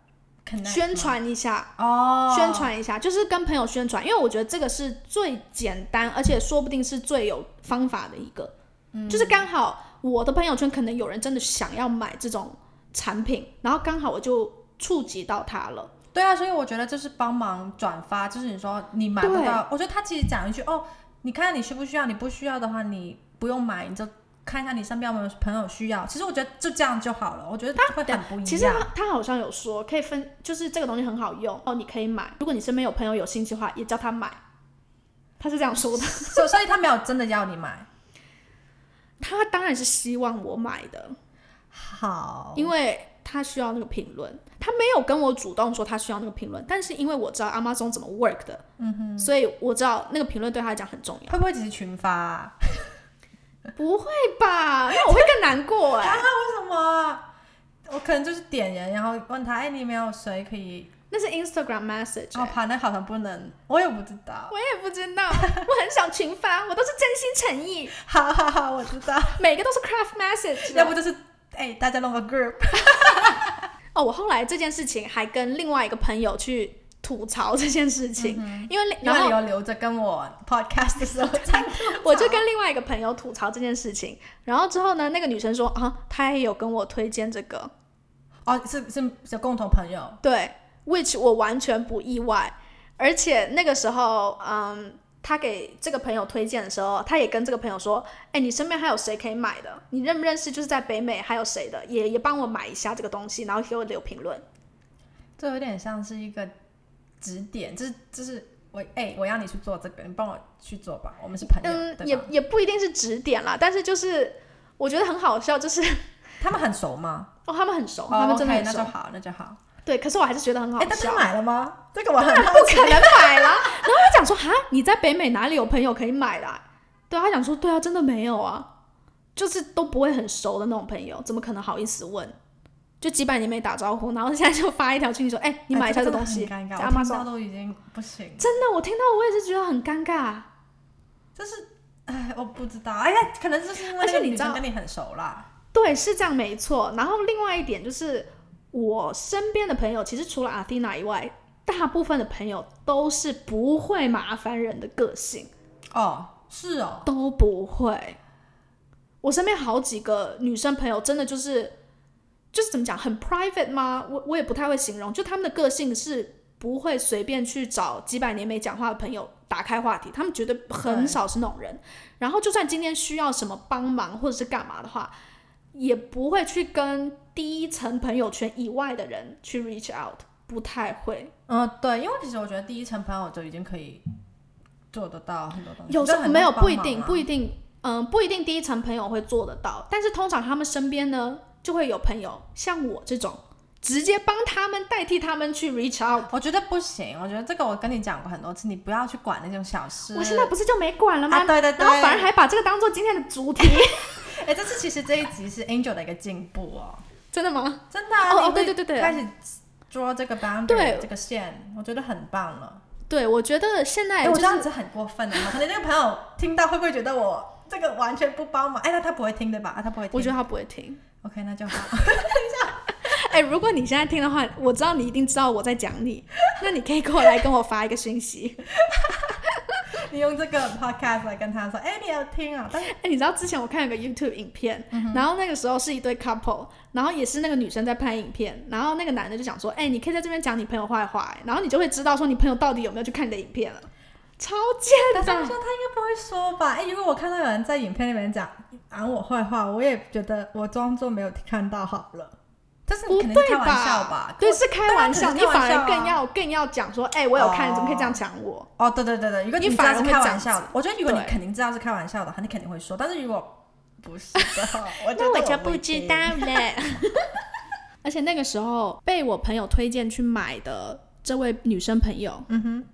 Speaker 2: connect
Speaker 1: 宣
Speaker 2: 吗
Speaker 1: 传一下，
Speaker 2: 哦，
Speaker 1: 宣传一下，就是跟朋友宣传，因为我觉得这个是最简单，而且说不定是最有方法的一个。
Speaker 2: 嗯
Speaker 1: 就是刚好我的朋友圈可能有人真的想要买这种产品，然后刚好我就触及到他了。
Speaker 2: 对啊，所以我觉得就是帮忙转发，就是你说你买不
Speaker 1: 对
Speaker 2: 到，我觉得他其实讲一句哦，你看你需不需要，你不需要的话，你不用买，你就看一下你身边有没有朋友需要。其实我觉得就这样就好了，我觉得会很不一样。
Speaker 1: 其实 他他好像有说可以分，就是这个东西很好用哦，你可以买。如果你身边有朋友有兴趣的话，也叫他买。他是这样说 的，
Speaker 2: 所以所以他没有真的要你买，
Speaker 1: 他当然是希望我买的，
Speaker 2: 好，
Speaker 1: 因为他需要那个评论，他没有跟我主动说他需要那个评论，但是因为我知道 Amazon 怎么 work 的，嗯哼，所以我知道那个评论对他来讲很重要。
Speaker 2: 会不会只是群发、啊？
Speaker 1: 不会吧？那我会更难过哎、
Speaker 2: 为什么？啊我可能就是点人，然后问他，哎，你有没有谁可以？
Speaker 1: 那是 Instagram message，、
Speaker 2: 哦，
Speaker 1: 欸、
Speaker 2: 怕那好像不能，我也不知道。
Speaker 1: 我也不知道，我很少群发，我都是真心诚 意，
Speaker 2: 好好好，我知道，
Speaker 1: 每个都是 craft message 的。
Speaker 2: 要不就是啊哎，大家弄个 group。
Speaker 1: 哦，我后来这件事情还跟另外一个朋友去吐槽这件事情，因为
Speaker 2: 因
Speaker 1: 嗯然
Speaker 2: 为
Speaker 1: 后
Speaker 2: 你有留着跟我 podcast 的时候再
Speaker 1: 我就跟另外一个朋友吐槽这件事情，然后之后呢，那个女生说啊，她也有跟我推荐这个，
Speaker 2: 哦，是是是共同朋友，
Speaker 1: 对，which 我完全不意外，而且那个时候，嗯，她给这个朋友推荐的时候，她也跟这个朋友说，哎，你身边还有谁可以买的？你认不认识？就是在北美还有谁的，也也帮我买一下这个东西，然后给我留评论。
Speaker 2: 这有点像是一个指点，就是就是我哎、我要你去做这个，你帮我去做吧，我们是朋友，
Speaker 1: 嗯，
Speaker 2: 对
Speaker 1: 也
Speaker 2: 吧？
Speaker 1: 也不一定是指点啦，但是就是我觉得很好笑，就是
Speaker 2: 他们很熟吗？
Speaker 1: 哦，他们很熟，
Speaker 2: 哦
Speaker 1: 他们真的
Speaker 2: OK，
Speaker 1: 很
Speaker 2: 那
Speaker 1: 熟
Speaker 2: 就好，那就好。
Speaker 1: 对，可是我还是觉得很好
Speaker 2: 哎、但
Speaker 1: 笑
Speaker 2: 他。买了吗？这个我很好
Speaker 1: 不可 能买啦。然后他讲说哈，你在北美哪里有朋友可以买啦、对啊，他讲说对啊，真的没有啊，就是都不会很熟的那种朋友，怎么可能好意思问？就几百年没打招呼，然后现在就发一条讯息说，哎、你买一下
Speaker 2: 哎
Speaker 1: 这
Speaker 2: 这
Speaker 1: 个东西，
Speaker 2: 真的很尴
Speaker 1: 在
Speaker 2: 尬，我听
Speaker 1: Amazon
Speaker 2: 到都已经不行，
Speaker 1: 真的，我听到我也是觉得很尴尬。
Speaker 2: 就是哎，我不知道，哎呀，可能就是因为
Speaker 1: 而且
Speaker 2: 那个
Speaker 1: 你
Speaker 2: 女
Speaker 1: 知道
Speaker 2: 生跟你很熟啦，
Speaker 1: 对，是这样没错。然后另外一点就是，我身边的朋友其实除了阿蒂娜以外，大部分的朋友都是不会麻烦人的个性。
Speaker 2: 哦，是哦，
Speaker 1: 都不会。我身边好几个女生朋友，真的就是就是怎么讲，很 private 吗？我我也不太会形容，就他们的个性是不会随便去找几百年没讲话的朋友打开话题，他们绝对很少是那种人。然后就算今天需要什么帮忙或者是干嘛的话，也不会去跟第一层朋友圈以外的人去 reach out，不太会。
Speaker 2: 嗯，对，因为其实我觉得第一层朋友就已经可以做得到很多东西，
Speaker 1: 有时
Speaker 2: 就
Speaker 1: 候
Speaker 2: 很
Speaker 1: 没有
Speaker 2: 多
Speaker 1: 不一
Speaker 2: 帮忙
Speaker 1: 定
Speaker 2: 啊
Speaker 1: 不一定，嗯，不一定第一层朋友会做得到，但是通常他们身边呢就会有朋友像我这种。直接帮他们代替他们去 reach out，
Speaker 2: 我觉得不行，我觉得这个我跟你讲过很多次，你不要去管那种小事。
Speaker 1: 我现在不是就没管了吗？
Speaker 2: 啊，对对对，
Speaker 1: 然后反而还把这个当做今天的主题，
Speaker 2: 哎，这次其实这一集是 Angel 的一个进步哦，
Speaker 1: 真的吗？
Speaker 2: 真的啊，
Speaker 1: 哦哦
Speaker 2: 你会
Speaker 1: 对对对对
Speaker 2: 开始捉这个 boundary
Speaker 1: 对
Speaker 2: 这个线，我觉得很棒了。
Speaker 1: 对，我觉得现在
Speaker 2: 哎，
Speaker 1: 就
Speaker 2: 我
Speaker 1: 是
Speaker 2: 这样子很过分的， 可能那个朋友听到会不会觉得我这个完全不帮忙？哎，那他不会听的吧？啊他不会听，
Speaker 1: 我觉得他不会听。
Speaker 2: OK，那就好。
Speaker 1: 哎、如果你现在听的话，我知道你一定知道我在讲你，那你可以过来跟我发一个讯息。
Speaker 2: 你用这个 podcast 来跟他说，哎，你有听啊？但是
Speaker 1: 哎、 你知道之前我看有个 YouTube 影片，
Speaker 2: 嗯
Speaker 1: 然后那个时候是一对 couple，然后也是那个女生在拍影片，然后那个男的就想说，哎、你可以在这边讲你朋友坏话、哎然后你就会知道说你朋友到底有没有去看你的影片了，超
Speaker 2: 但
Speaker 1: 贱
Speaker 2: 是我
Speaker 1: 的。
Speaker 2: 说他应该不会说吧？哎，如果我看到有人在影片里面讲讲我坏话，我也觉得我装作没有看到好了。但是你
Speaker 1: 不
Speaker 2: 肯定是
Speaker 1: 对
Speaker 2: 开玩笑吧？
Speaker 1: 对，是
Speaker 2: 对
Speaker 1: 开
Speaker 2: 啊
Speaker 1: 玩
Speaker 2: 可
Speaker 1: 笑，
Speaker 2: 是
Speaker 1: 你
Speaker 2: 开玩
Speaker 1: 反
Speaker 2: 笑
Speaker 1: 而
Speaker 2: 啊
Speaker 1: 更要更要讲说，哎、我有看，你怎么可以这样讲我？
Speaker 2: 哦，对对对对，如果
Speaker 1: 你
Speaker 2: 知
Speaker 1: 反
Speaker 2: 道
Speaker 1: 而
Speaker 2: 是
Speaker 1: 会
Speaker 2: 开
Speaker 1: 这
Speaker 2: 玩
Speaker 1: 样
Speaker 2: 笑
Speaker 1: 子
Speaker 2: 的，我觉得如果你
Speaker 1: 对
Speaker 2: 肯定知道是开玩笑的话，你肯定会说。但是如果不是的话，我觉得
Speaker 1: 那我
Speaker 2: 我
Speaker 1: 就不知道了。 而且那个时候被我朋友推荐去买的这位女生朋友，嗯哼，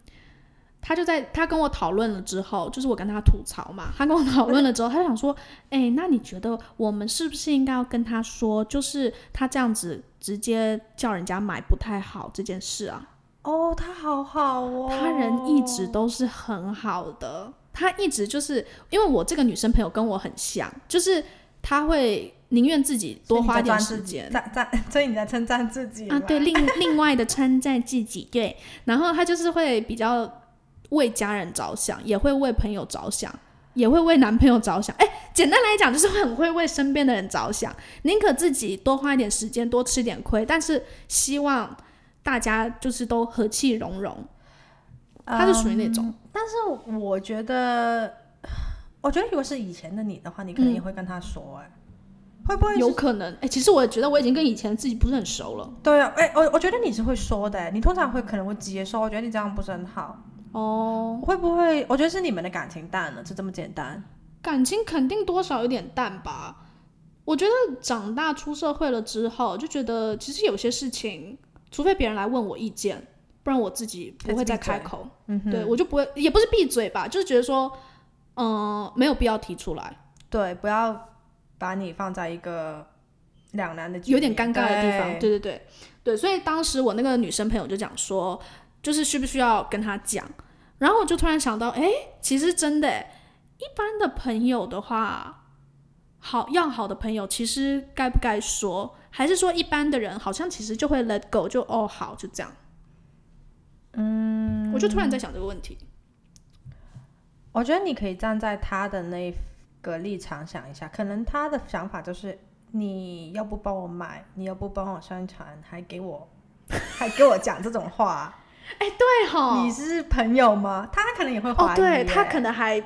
Speaker 1: 她就在她跟我讨论了之后，就是我跟她吐槽嘛，她跟我讨论了之后，她就想说， 哎、那你觉得我们是不是应该要跟她说，就是她这样子直接叫人家买不太好这件事啊？
Speaker 2: 哦，他好好哦，
Speaker 1: 他人一直都是很好的，他一直就是因为我这个女生朋友跟我很像，就是她会宁愿自己多花点时间。
Speaker 2: 赞 赞，所以你在称赞自己
Speaker 1: 啊，
Speaker 2: 吗
Speaker 1: 对，，另 另外的称赞自己，对，然后她就是会比较为家人着想，也会为朋友着想，也会为男朋友着想。哎，简单来讲，就是会很会为身边的人着想，宁可自己多花一点时间，多吃点亏，但是希望大家就是都和气融融。她是属于那种。
Speaker 2: 但是嗯我觉得，我觉得如果是以前的你的话，你可能也会跟他说、哎、会不会
Speaker 1: 嗯有
Speaker 2: 是？
Speaker 1: 可能，哎、其实我也觉得我已经跟以前自己不是很熟了。
Speaker 2: 对啊，哎、我我觉得你是会说的、哎你通常会可能会接受，我觉得你这样不是很好，
Speaker 1: 哦，
Speaker 2: 会不会？我觉得是你们的感情淡了，就这么简单。
Speaker 1: 感情肯定多少有点淡吧。我觉得长大出社会了之后，就觉得其实有些事情，除非别人来问我意见，不然我自己不会再开口。
Speaker 2: 嗯哼，
Speaker 1: 对我就不会，也不是闭嘴吧，就是觉得说，嗯、没有必要提出来。
Speaker 2: 对，不要把你放在一个两难的局
Speaker 1: 有点
Speaker 2: 面
Speaker 1: 尴尬的地方。
Speaker 2: 对
Speaker 1: 对对对对，所以当时我那个女生朋友就讲说，就是需不需要跟她讲？然后我就突然想到，哎，其实真的诶，一般的朋友的话，好要好的朋友，其实该不该说，还是说一般的人好像其实就会 let go，就哦好就这样。嗯，我就突然在想这个问题。
Speaker 2: 我觉得你可以站在他的那个立场想一下，可能他的想法就是你又不帮我买，你又不帮我宣传，还给我 还给我讲这种话，
Speaker 1: 对哈，
Speaker 2: 你是朋友吗？他可能也会怀疑欸
Speaker 1: 哦对
Speaker 2: 耶、，
Speaker 1: 他可能还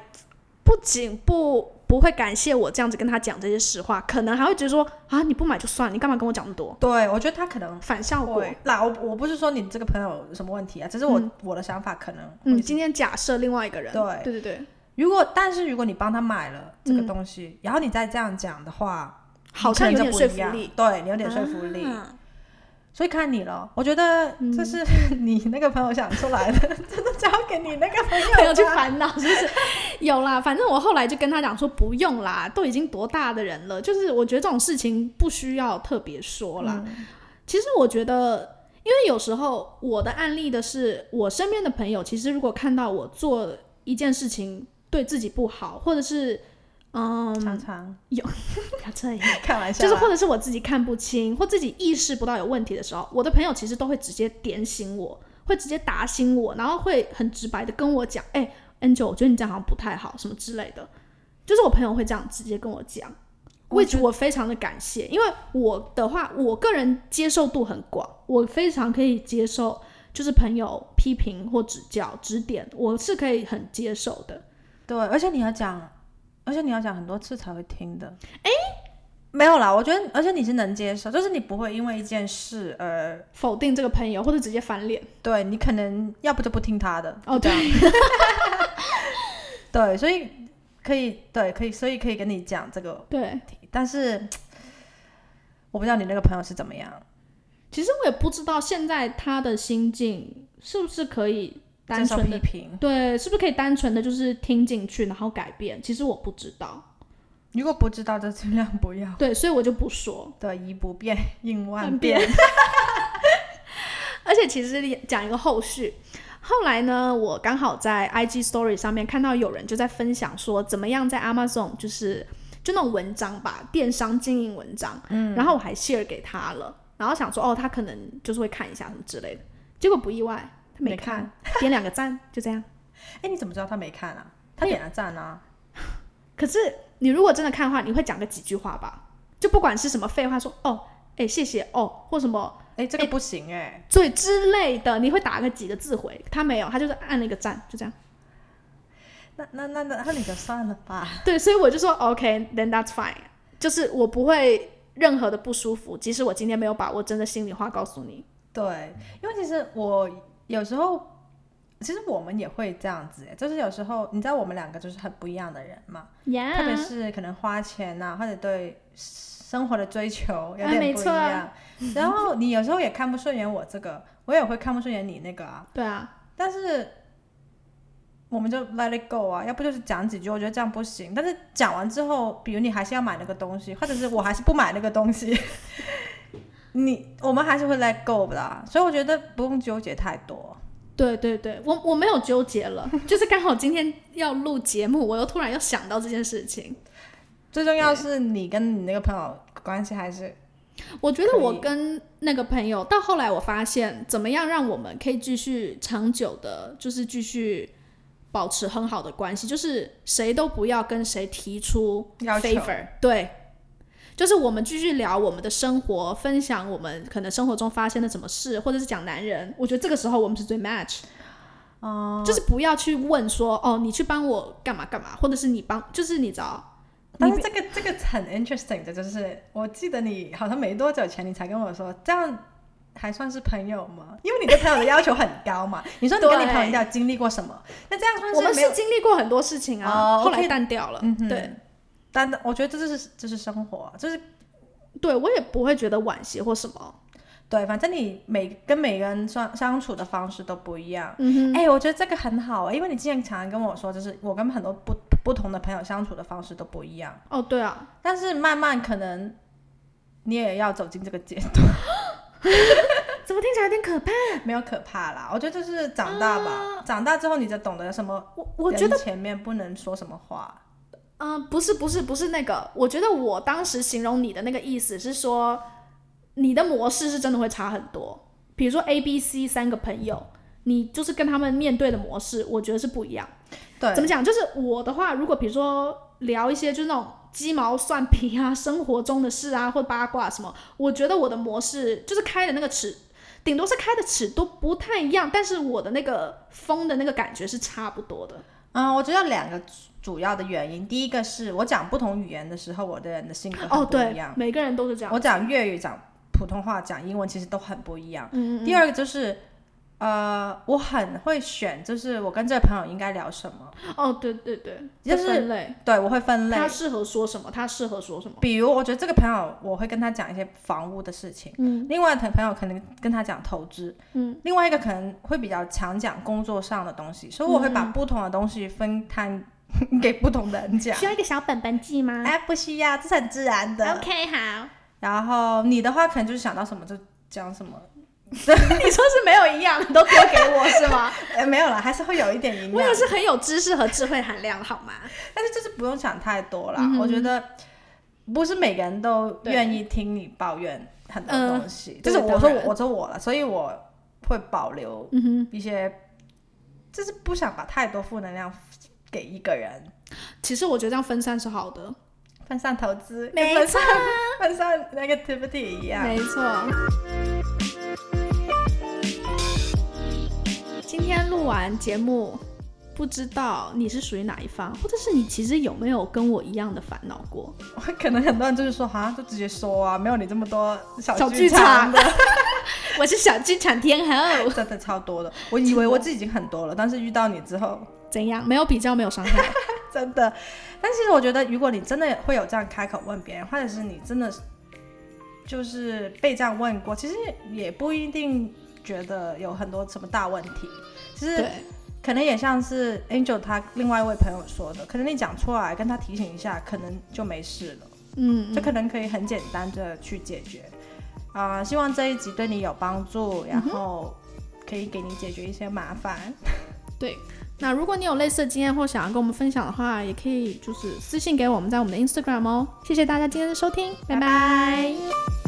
Speaker 1: 不仅不不会感谢我这样子跟他讲这些实话，可能还会觉得说啊你不买就算，了，你干嘛跟我讲那么多？
Speaker 2: 对我觉得他可能
Speaker 1: 反效果。
Speaker 2: 会。那我我不是说你这个朋友有什么问题啊，只是我、我的想法可能会
Speaker 1: 嗯，
Speaker 2: 是
Speaker 1: 今天假设另外一个人，
Speaker 2: 对
Speaker 1: 对对对，
Speaker 2: 如果但是如果你帮他买了这个
Speaker 1: 嗯
Speaker 2: 东西，然后你再这样讲的话，
Speaker 1: 好像
Speaker 2: 你
Speaker 1: 有
Speaker 2: 可
Speaker 1: 点
Speaker 2: 能就
Speaker 1: 说
Speaker 2: 不
Speaker 1: 服
Speaker 2: 一样
Speaker 1: 力，
Speaker 2: 对你有点说服力，
Speaker 1: 啊
Speaker 2: 所以看你了。我觉得
Speaker 1: 嗯
Speaker 2: 这是 你那个朋友想出来的， 真的交给你那个朋友吧
Speaker 1: 朋友去烦恼是不是？ 有啦，反正我后来就跟他讲说不用啦，都已经多大的人了，就是我觉得这种事情不需要特别说啦。其实我觉得，因为有时候我的案例的是，我身边的朋友其实如果看到我做一件事情对自己不好，或者是嗯，
Speaker 2: 常常
Speaker 1: 不要这样。
Speaker 2: 开玩笑啊
Speaker 1: 就
Speaker 2: 啦，
Speaker 1: 是或者是我自己看不清，或自己意识不到有问题的时候，我的朋友其实都会直接点醒我，会直接打醒我，然后会很直白的跟我讲，哎、a n g e l 我觉得你这样好像不太好，什么之类的。就是我朋友会这样直接跟我讲， ，which 我非常的感谢，因为我的话，我个人接受度很广，我非常可以接受，就是朋友批评或指教、指点，我是可以很接受的。
Speaker 2: 对，而且你要讲，而且你要讲很多次才会听的。哎，没有啦，我觉得，而且你是能接受，就是你不会因为一件事而
Speaker 1: 否定这个朋友，或者直接翻脸。
Speaker 2: 对你可能要不就不听他的。
Speaker 1: 哦，
Speaker 2: 就这
Speaker 1: 对
Speaker 2: 样，对，所以可以，对，可以，所以可以跟你讲这个
Speaker 1: 对，
Speaker 2: 题，但是我不知道你那个朋友是怎么样。
Speaker 1: 其实我也不知道现在他的心境是不是可以单
Speaker 2: 接受
Speaker 1: 纯
Speaker 2: 批
Speaker 1: 的，
Speaker 2: 评，
Speaker 1: 对，是不是可以单纯的就是听进去，然后改变？其实我不知道，
Speaker 2: 如果不知道就尽量不要。
Speaker 1: 对，所以我就不说。
Speaker 2: 对，以不变应万
Speaker 1: 万
Speaker 2: 变。
Speaker 1: 而且其实也讲一个后续，后来呢，我刚好在 IG Story 上面看到有人就在分享说，怎么样在 Amazon 就是就那种文章吧，电商经营文章，嗯，然后我还 share 给他了，然后想说哦，他可能就是会看一下什么之类的，结果不意外，他没
Speaker 2: 没看
Speaker 1: 看，点两个赞，就这样。
Speaker 2: 哎、你怎么知道他没看啊？他
Speaker 1: 没有
Speaker 2: 点了赞啊。
Speaker 1: 可是你如果真的看的话，你会讲个几句话吧，就不管是什么废话，说哦，哎，谢谢哦，或什么
Speaker 2: 哎、这个不行哎、
Speaker 1: 对之类的，你会打个几个字回，他没有，他就是按了一个赞，就这样。
Speaker 2: 那那那那那你就算了吧。
Speaker 1: 对，所以我就说 OK，then、that's fine，就是我不会任何的不舒服，即使我今天没有把我真的心里话告诉你。
Speaker 2: 对，因为其实我有时候，其实我们也会这样子、哎，就是有时候你知道我们两个就是很不一样的人嘛，
Speaker 1: 呀
Speaker 2: 特别是可能花钱呐、或者对生活的追求有
Speaker 1: 啊没
Speaker 2: 点不一
Speaker 1: 错啊
Speaker 2: 样。然后你有时候也看不顺眼我这个，我也会看不顺眼你那个啊。
Speaker 1: 对啊，
Speaker 2: 但是我们就 let it go 啊，要不就是讲几句，我觉得这样不行。但是讲完之后，比如你还是要买那个东西，或者是我还是不买那个东西， 你我们还是会 let go 的啦。所以我觉得不用纠结太多。
Speaker 1: 对对对，我我没有纠结了，就是刚好今天要录节目，我又突然又想到这件事情。
Speaker 2: 最重要是你跟你那个朋友关系还是
Speaker 1: 我觉得
Speaker 2: 可
Speaker 1: 我
Speaker 2: 以
Speaker 1: 跟那个朋友到后来，我发现怎么样让我们可以继续长久的，就是继续保持很好的关系，就是谁都不要跟谁提出
Speaker 2: 要求
Speaker 1: favor，对，就是我们继续聊我们的生活，分享我们可能生活中发生的什么事，或者是讲男人。我觉得这个时候我们是最 match，
Speaker 2: 哦、
Speaker 1: 就是不要去问说哦，你去帮我干嘛干嘛，或者是你帮，就是你找。
Speaker 2: 但是这个这个很 interesting 的，就是我记得你好像没多久前你才跟我说，这样还算是朋友吗？因为你对朋友的要求很高嘛。你说你跟你朋友一定要经历过什么？那这样算
Speaker 1: 我们
Speaker 2: 是没有
Speaker 1: 是？经历过很多事情啊，
Speaker 2: 哦
Speaker 1: 后来
Speaker 2: OK
Speaker 1: 淡掉了。
Speaker 2: 嗯哼
Speaker 1: 对，
Speaker 2: 但我觉得这就是这是生活，啊就是
Speaker 1: 对我也不会觉得惋惜或什么。
Speaker 2: 对，反正你每跟每个人相相处的方式都不一样。
Speaker 1: 嗯哼，
Speaker 2: 哎、我觉得这个很好、啊，因为你之前常常跟我说，就是我跟很多不不同的朋友相处的方式都不一样，
Speaker 1: 哦，对啊，
Speaker 2: 但是慢慢可能你也要走进这个阶段。
Speaker 1: 怎么听起来有点可怕？
Speaker 2: 没有可怕啦，我觉得就是长大吧，长大之后你就懂得什么，
Speaker 1: 我啊我觉得，
Speaker 2: 得前面不能说什么话，
Speaker 1: 嗯、不是不是不是那个，我觉得我当时形容你的那个意思是说，你的模式是真的会差很多。比如说 A、B、C 三个朋友，你就是跟他们面对的模式，我觉得是不一样。
Speaker 2: 对
Speaker 1: 怎，么讲？就是我的话，如果比如说聊一些就是那种鸡毛蒜皮啊、生活中的事啊，或八卦什么，我觉得我的模式就是开的那个尺，顶多是开的尺都不太一样，但是我的那个风的那个感觉是差不多的。
Speaker 2: 嗯，我觉得有两个主主要的原因，第一个是我讲不同语言的时候，我的人的性格
Speaker 1: 哦，
Speaker 2: 很不一
Speaker 1: 对
Speaker 2: 样，，
Speaker 1: 每个人都是这样。
Speaker 2: 我讲粤语、讲普通话、讲英文其实都很不一样。
Speaker 1: 嗯，嗯
Speaker 2: 第二个就是，呃，我很会选，就是我跟这个朋友应该聊什么，
Speaker 1: 嗯哦，对对对，
Speaker 2: 就是
Speaker 1: 会分类，
Speaker 2: 对我会分类
Speaker 1: 他。适合说什么，他适合说什么。
Speaker 2: 比如，我觉得这个朋友，我会跟他讲一些房屋的事情。
Speaker 1: 嗯
Speaker 2: 另外的朋友可能跟他讲投资，
Speaker 1: 嗯，
Speaker 2: 另外一个可能会比较常讲工作上的东西，所以我会把不同的东西分摊 给不同的人讲。
Speaker 1: 需要一个小本本记吗
Speaker 2: 哎，不需要，这是很自然的。
Speaker 1: 啊？OK，好。
Speaker 2: 然后你的话可能就是想到什么就讲什么，
Speaker 1: 你说是没有营养的都丢给我是 吗？
Speaker 2: 哎，没有啦，还是会有一点营
Speaker 1: 我也
Speaker 2: 养，
Speaker 1: 是很有知识和智慧含量的好吗？
Speaker 2: 但是就是不用想太多啦。
Speaker 1: 嗯哼
Speaker 2: 我觉得不是每个人都
Speaker 1: 对
Speaker 2: 愿意听你抱怨很多
Speaker 1: 嗯
Speaker 2: 东西，
Speaker 1: 对
Speaker 2: 就是我说
Speaker 1: 当然
Speaker 2: 我我说我了，所以我会保留
Speaker 1: 嗯哼。
Speaker 2: 一些，就是不想把太多负能量给一个人。
Speaker 1: 其实我觉得这样分散是好的，
Speaker 2: 分散投资，跟
Speaker 1: 没
Speaker 2: 分
Speaker 1: 错
Speaker 2: 散分散 negativity 一样。
Speaker 1: 没错。今天录完节目，不知道你是属于哪一方，或者是你其实有没有跟我一样的烦恼过？
Speaker 2: 我可能很多人就是说，哈，就直接说啊，没有你这么多小
Speaker 1: 小剧
Speaker 2: 剧场
Speaker 1: 场
Speaker 2: 的，
Speaker 1: 我是小剧场天 后，
Speaker 2: 真的超多的。我以为我自己已经很多了，但是遇到你之后，
Speaker 1: 怎样？没有比较，没有伤 害。
Speaker 2: 真的。但其实我觉得，如果你真的会有这样开口问别人，或者是你真的是就是被这样问过，其实也不一定觉得有很多什么大问题。其实
Speaker 1: 对，
Speaker 2: 可能也像是 Angel 他另外一位朋友说的，可能你讲出来跟他提醒一下，可能就没事了。
Speaker 1: 嗯，
Speaker 2: 这可能可以很简单的去解决。啊、希望这一集对你有帮助，
Speaker 1: 嗯
Speaker 2: 然后可以给你解决一些麻烦。
Speaker 1: 对。那如果你有类似的经验或想要跟我们分享的话，也可以就是私信给我们，在我们的 Instagram 哦。谢谢大家今天的收听，拜拜